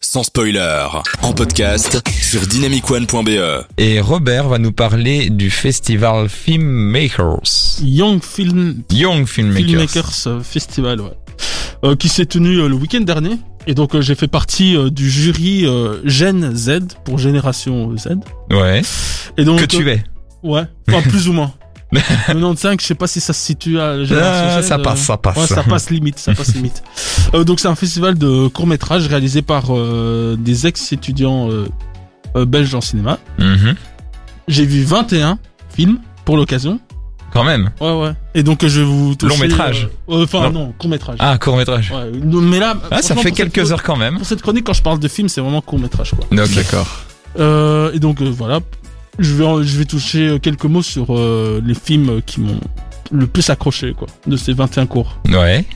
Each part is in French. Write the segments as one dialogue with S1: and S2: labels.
S1: sans spoiler, en podcast sur dynamicone.be.
S2: Et Robert va nous parler du festival Filmmakers.
S3: Young Film
S2: Young Filmmakers.
S3: Filmmakers Festival, ouais. Euh, qui s'est tenu euh, le week-end dernier. Et donc euh, j'ai fait partie euh, du jury euh, Gen Z pour Génération Z.
S2: Ouais.
S3: Et donc
S2: Que tu es.
S3: euh, ouais, enfin plus ou moins. 95, je sais pas si ça se situe à Génération
S2: Ah,
S3: Z,
S2: ça
S3: euh,
S2: passe, ça passe.
S3: Ouais, ça passe limite, ça passe limite. Euh, donc c'est un festival de court métrage réalisé par euh, des ex-étudiants euh, euh, belges en cinéma.
S2: Mhm.
S3: J'ai vu 21 films pour l'occasion.
S2: Quand même.
S3: Ouais ouais. Et donc euh, je vais vous toucher,
S2: Long métrage.
S3: euh, euh, Enfin
S2: Non.
S3: non, court métrage.
S2: Ah, court métrage.
S3: Ouais, non, mais là
S2: Ah, ça fait
S3: franchement, pour cette-
S2: quelques heures quand même.
S3: Pour cette chronique, quand je parle de film, c'est vraiment court métrage quoi.
S2: D'accord.
S3: Euh, et donc euh, voilà, je vais, en- je vais toucher euh, quelques mots sur euh, les films qui m'ont le plus accroché quoi, de ces 21 cours.
S2: Ouais.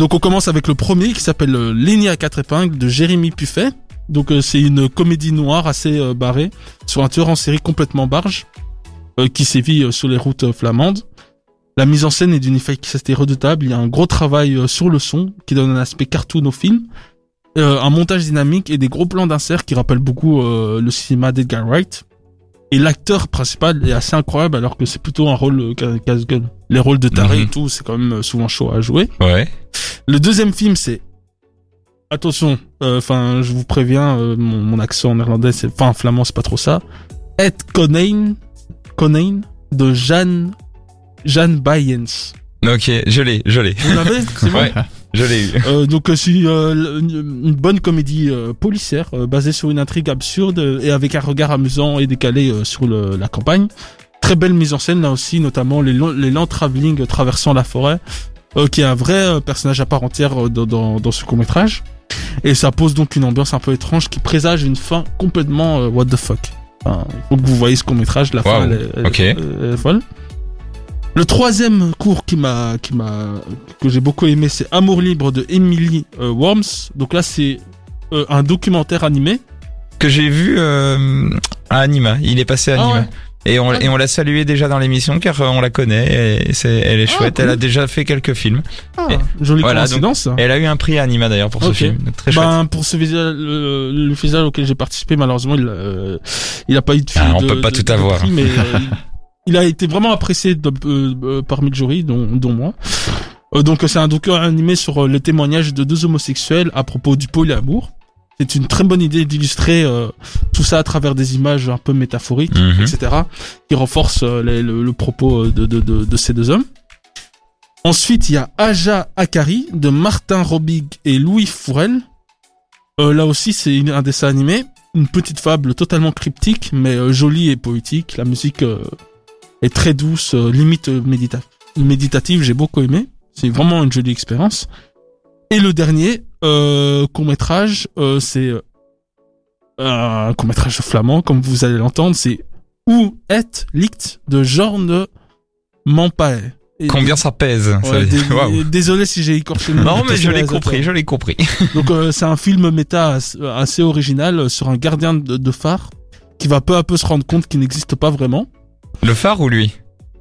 S3: Donc on commence avec le premier qui s'appelle euh, L'aîné à quatre épingles de Jérémy Puffet. Donc euh, c'est une comédie noire assez euh, barrée sur un tueur en série complètement barge euh, qui sévit euh, sur les routes euh, flamandes. La mise en scène est d'une efficacité redoutable. Il y a un gros travail euh, sur le son qui donne un aspect cartoon au film, euh, un montage dynamique et des gros plans d'insert qui rappellent beaucoup euh, le cinéma d'Edgar Wright. Et l'acteur principal est assez incroyable alors que c'est plutôt un rôle euh, ca- casse-gueule. Les rôles de taré
S2: Mhm.
S3: et tout, c'est quand même euh, souvent chaud à jouer.
S2: Ouais.
S3: Le deuxième film, c'est attention, euh, enfin je vous préviens, euh, mon, mon accent néerlandais, c'est enfin flamand, c'est pas trop ça. Et Conain, Conain de Jeanne Jeanne Bayens.
S2: Ok, je l'ai, je l'ai.
S3: Vous l'avez C'est bon
S2: Ouais, je l'ai eu.
S3: Euh, donc euh, c'est euh, l- une une bonne comédie euh, policière euh, basée sur une intrigue absurde euh, et avec un regard amusant et décalé euh, sur le- la campagne. Très belle mise en scène là aussi, notamment les, longs- les lents travelling euh, traversant la forêt, euh, qui est un vrai euh, personnage à part entière euh, dans, dans- dans ce court métrage. Et ça pose donc une ambiance un peu étrange qui présage une fin complètement euh, what the fuck. Enfin, il faut que vous voyez ce court métrage, la fin
S2: Waouh,
S3: elle, est- elle-
S2: ok.
S3: elle est folle. Euh, Le troisième cours qui m'a qui m'a que j'ai beaucoup aimé, c'est Amour libre de Emily euh, Worms. Donc là, c'est euh, un documentaire animé.
S2: Que j'ai vu euh, à Anima. Il est passé à
S3: Ah
S2: Anima.
S3: ouais.
S2: Et on,
S3: Ah.
S2: et on l'a saluée déjà dans l'émission car euh, on la connaît et c'est, elle est
S3: Ah,
S2: chouette.
S3: cool.
S2: Elle a déjà fait quelques films.
S3: Ah,
S2: Et-
S3: jolie
S2: voilà,
S3: coïncidence. ça.
S2: Et Elle a eu un prix à Anima d'ailleurs pour
S3: Ok.
S2: ce film. Donc, Très chouette.
S3: Ben, pour ce visuel, le, le visuel auquel j'ai participé, malheureusement, il, euh, il a pas eu de
S2: Ah, on
S3: de-
S2: peut pas
S3: de-
S2: tout
S3: de
S2: avoir.
S3: prix, mais, euh, il- il a été vraiment apprécié de- euh, euh, parmi le jury, dont, dont moi. Euh, donc, c'est un docu animé sur euh, le témoignage de deux homosexuels à propos du polyamour. C'est une très bonne idée d'illustrer euh, tout ça à travers des images un peu métaphoriques.
S2: Mhm.
S3: etc., qui renforce euh, les- le, le propos euh, de, de, de, de ces deux hommes. Ensuite, il y a Aja Akari de Martin Robig et Louis Fourel. Euh, là aussi, c'est une- un dessin animé, une petite fable totalement cryptique, mais euh, jolie et poétique. La musique euh, est très douce, euh, limite euh, médita- méditative, j'ai beaucoup aimé. C'est vraiment une jolie expérience. Et le dernier euh, court-métrage, euh, c'est euh, un court-métrage flamand, comme vous allez l'entendre, c'est Où est Licht de Jorn Mampae. Et-
S2: Combien ça pèse ça
S3: Ouais,
S2: veut dire-
S3: dé-
S2: Waouh.
S3: Désolé si j'ai écorché le nom.
S2: Non mais je l'ai
S3: Désolé,
S2: compris, je l'ai compris.
S3: donc euh, c'est un film méta as- assez original euh, sur un gardien de, de phare qui va peu à peu se rendre compte qu'il n'existe pas vraiment.
S2: Le phare ou lui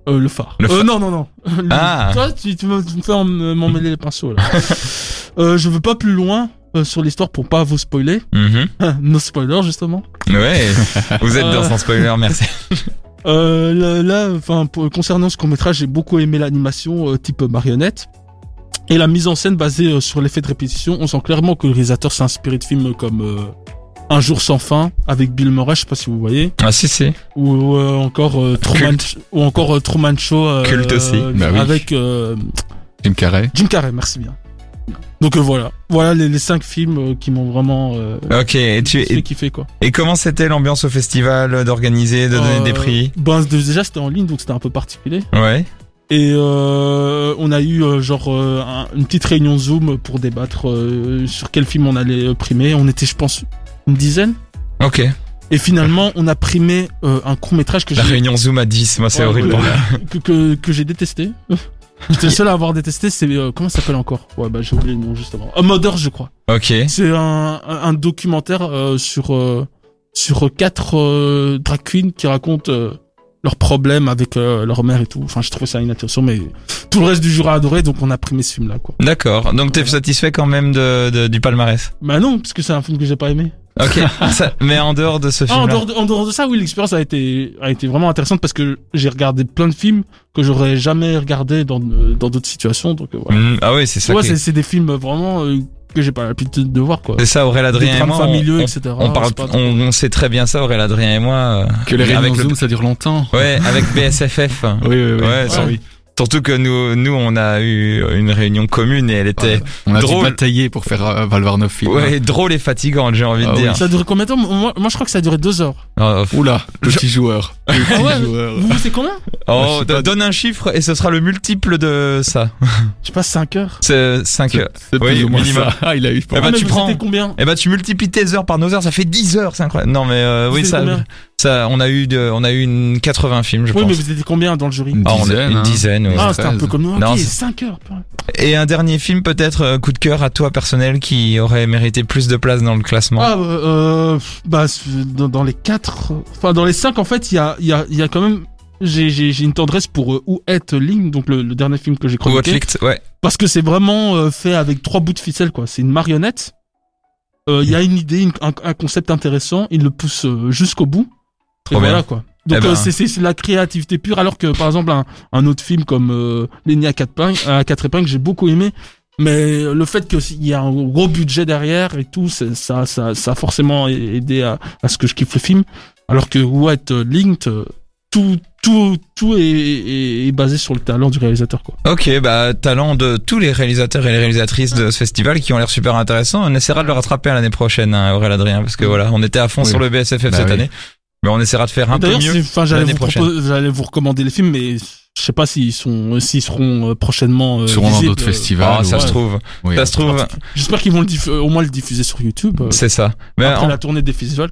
S3: Euh, le phare.
S2: Le
S3: Euh,
S2: phare.
S3: non, non, non. Le-
S2: Ah.
S3: Toi, tu, tu me, tu me fais en- m'emmêler les pinceaux là. euh, je veux pas plus loin euh, sur l'histoire pour pas vous spoiler.
S2: Mhm.
S3: no spoiler justement.
S2: Ouais. Vous êtes dans
S3: Euh.
S2: sans spoiler, merci.
S3: Euh, là- là, enfin, pour- concernant ce court métrage, j'ai beaucoup aimé l'animation euh, type marionnette. Et la mise en scène basée euh, sur l'effet de répétition, on sent clairement que le réalisateur s'est inspiré de films comme euh, Un jour sans fin avec Bill Murray, je sais pas si vous voyez,
S2: Ah si si.
S3: ou euh, encore euh, Truman, ou encore euh, Truman Show euh,
S2: Culte aussi.
S4: Bah oui.
S3: avec euh,
S4: Jim Carrey.
S3: Jim Carrey, merci bien. Donc euh, voilà, voilà les, les cinq films euh, qui m'ont vraiment euh,
S2: Ok. Et, tu,
S3: fait
S2: et,
S3: kiffer quoi.
S2: et comment c'était l'ambiance au festival, d'organiser, de donner des
S3: Euh,
S2: prix
S3: Ben déjà c'était en ligne donc c'était un peu particulier.
S2: Ouais.
S3: Et euh, on a eu euh, genre euh, un- une petite réunion Zoom pour débattre euh, sur quel film on allait euh, primer. On était je pense une dizaine.
S2: Ok.
S3: Et finalement on a primé euh, un court métrage que
S2: La
S3: j'ai
S2: réunion Zoom à 10, moi c'est
S3: Ouais,
S2: horrible.
S3: ouais, que, que, que j'ai détesté. J'étais le seul à avoir détesté. C'est euh, comment ça s'appelle encore Ouais bah j'ai oublié le nom justement. Oh, Mother je crois.
S2: Ok.
S3: C'est un, un un documentaire euh, sur euh, sur quatre euh, drag queens qui racontent euh, leurs problèmes avec euh, leur mère et tout. Enfin, je trouvais ça inintéressant, mais tout le reste du jury a adoré, donc on a primé ce film-là, quoi.
S2: D'accord. Donc t'es satisfait quand même de, de- du palmarès.
S3: Bah non, parce que c'est un film que j'ai pas aimé.
S2: Ok. Ça- mais en dehors de ce
S3: Ah,
S2: film.
S3: en, dehors de, en dehors de ça, oui, l'expérience a été, a été vraiment intéressante parce que j'ai regardé plein de films que j'aurais jamais regardé dans euh, dans d'autres situations. Donc euh, voilà.
S2: ah oui, c'est ça.
S3: Tu vois,
S2: qui-
S3: c'est c'est des films vraiment euh, que j'ai pas l'habitude de voir, quoi.
S2: c'est ça, Aurélien
S3: Des
S2: Adrien et
S3: drames
S2: moi. on-
S3: familiaux,
S2: on-
S3: etc.
S2: On parle,
S3: C'est pas trop-
S2: on, on sait très bien ça, Aurélien Adrien et moi. euh,
S4: Que les réunions
S2: avec le-
S4: Zoom, ça dure longtemps.
S2: Ouais, avec BSFF.
S4: Oui, oui, oui.
S2: Ouais, ça,
S4: oui.
S2: Surtout que nous, nous, on a eu une réunion commune et elle était
S4: On a dû
S2: Drôle.
S4: batailler pour faire euh, valoir nos films.
S2: ouais, drôle et fatigante, j'ai envie
S4: Ah
S2: de
S4: oui.
S2: dire.
S3: Ça a duré combien de temps moi, moi, je crois que ça a duré deux heures.
S2: Oh, f-
S4: Oula, petit joueur.
S2: Ah
S4: Petit
S3: ouais.
S4: joueur.
S3: Vous, c'est combien
S2: oh,
S4: sais
S2: do-
S4: pas.
S2: donne un chiffre et ce sera le multiple de ça.
S3: Je sais pas, cinq heures.
S2: C'est 5 heures.
S4: C'est
S2: Oui,
S4: plus ou moins
S2: minimum.
S4: ça. Ah, il a eu
S2: Eh
S4: peur.
S2: ben,
S3: mais
S2: tu
S3: vous,
S2: prends.
S3: c'était combien
S2: Eh ben tu multiplies tes heures par nos heures, ça fait 10 heures, c'est incroyable. Non mais euh,
S3: Vous
S2: oui
S3: avez
S2: ça,
S3: combien
S2: ça on a eu de, on a eu une 80 films je
S3: Oui,
S2: pense.
S3: mais vous étiez combien dans le jury
S4: Une
S2: Ah, on a-
S4: dizaine,
S2: une
S4: hein.
S2: dizaine, ouais.
S3: Ah, c'était un
S4: 13.
S3: peu comme nous.
S2: Non,
S3: Ok,
S2: c'est-
S3: 5 heures. putain.
S2: Et un dernier film peut-être euh, coup de cœur à toi personnel qui aurait mérité plus de place dans le classement.
S3: Ah, euh, euh, bah, c'est- dans, dans les 4, enfin, dans les 5, en fait, il y a, il y, a, il y a quand même. J'ai, j'ai, j'ai une tendresse pour euh, Who Ate Ling, donc le, le dernier film que j'ai
S2: Ou
S3: chroniqué.
S2: Outlicked, ouais.
S3: Parce que c'est vraiment euh, fait avec trois bouts de ficelle, quoi. C'est une marionnette. Euh, Il y a une idée, une- un, un concept intéressant. Il le pousse euh, jusqu'au bout.
S2: Trop
S3: et
S2: bien.
S3: voilà, quoi. Donc,
S2: Eh ben.
S3: euh, c'est, c'est, c'est de la créativité pure. Alors que, par exemple, un, un autre film comme euh, Lenny à 4 épingles, à quatre épingles, j'ai beaucoup aimé. Mais le fait qu'il y a un gros budget derrière et tout, c'est- ça, ça, ça a forcément aidé à, à ce que je kiffe le film. Alors que White Linked, euh, tout, tout, tout est, est- est basé sur le talent du réalisateur, quoi.
S2: Ok, bah talent de tous les réalisateurs et les réalisatrices de ce festival qui ont l'air super intéressants. On essaiera de le rattraper à l'année prochaine, hein, Aurélien Adrien, parce que voilà, on était à fond
S4: Oui.
S2: sur le BSFF
S4: Bah
S2: cette
S4: oui.
S2: année, mais on essaiera de faire un peu
S3: D'ailleurs,
S2: mieux.
S3: c'est- enfin, j'allais
S2: l'année
S3: vous,
S2: prochaine.
S3: proposer- j'allais vous recommander les films, mais je sais pas s'ils sont, s'ils seront euh, prochainement. euh,
S4: Ils seront dans
S3: visibles,
S4: d'autres
S3: euh,
S4: festivals.
S2: Ah, ça
S4: ou-
S2: se
S3: ouais.
S2: trouve,
S4: Oui.
S2: ça se trouve,
S3: J'espère qu'ils vont le diff- euh, au moins le diffuser sur YouTube. euh,
S2: c'est ça. Mais
S3: après
S2: en-
S3: la tournée des festivals.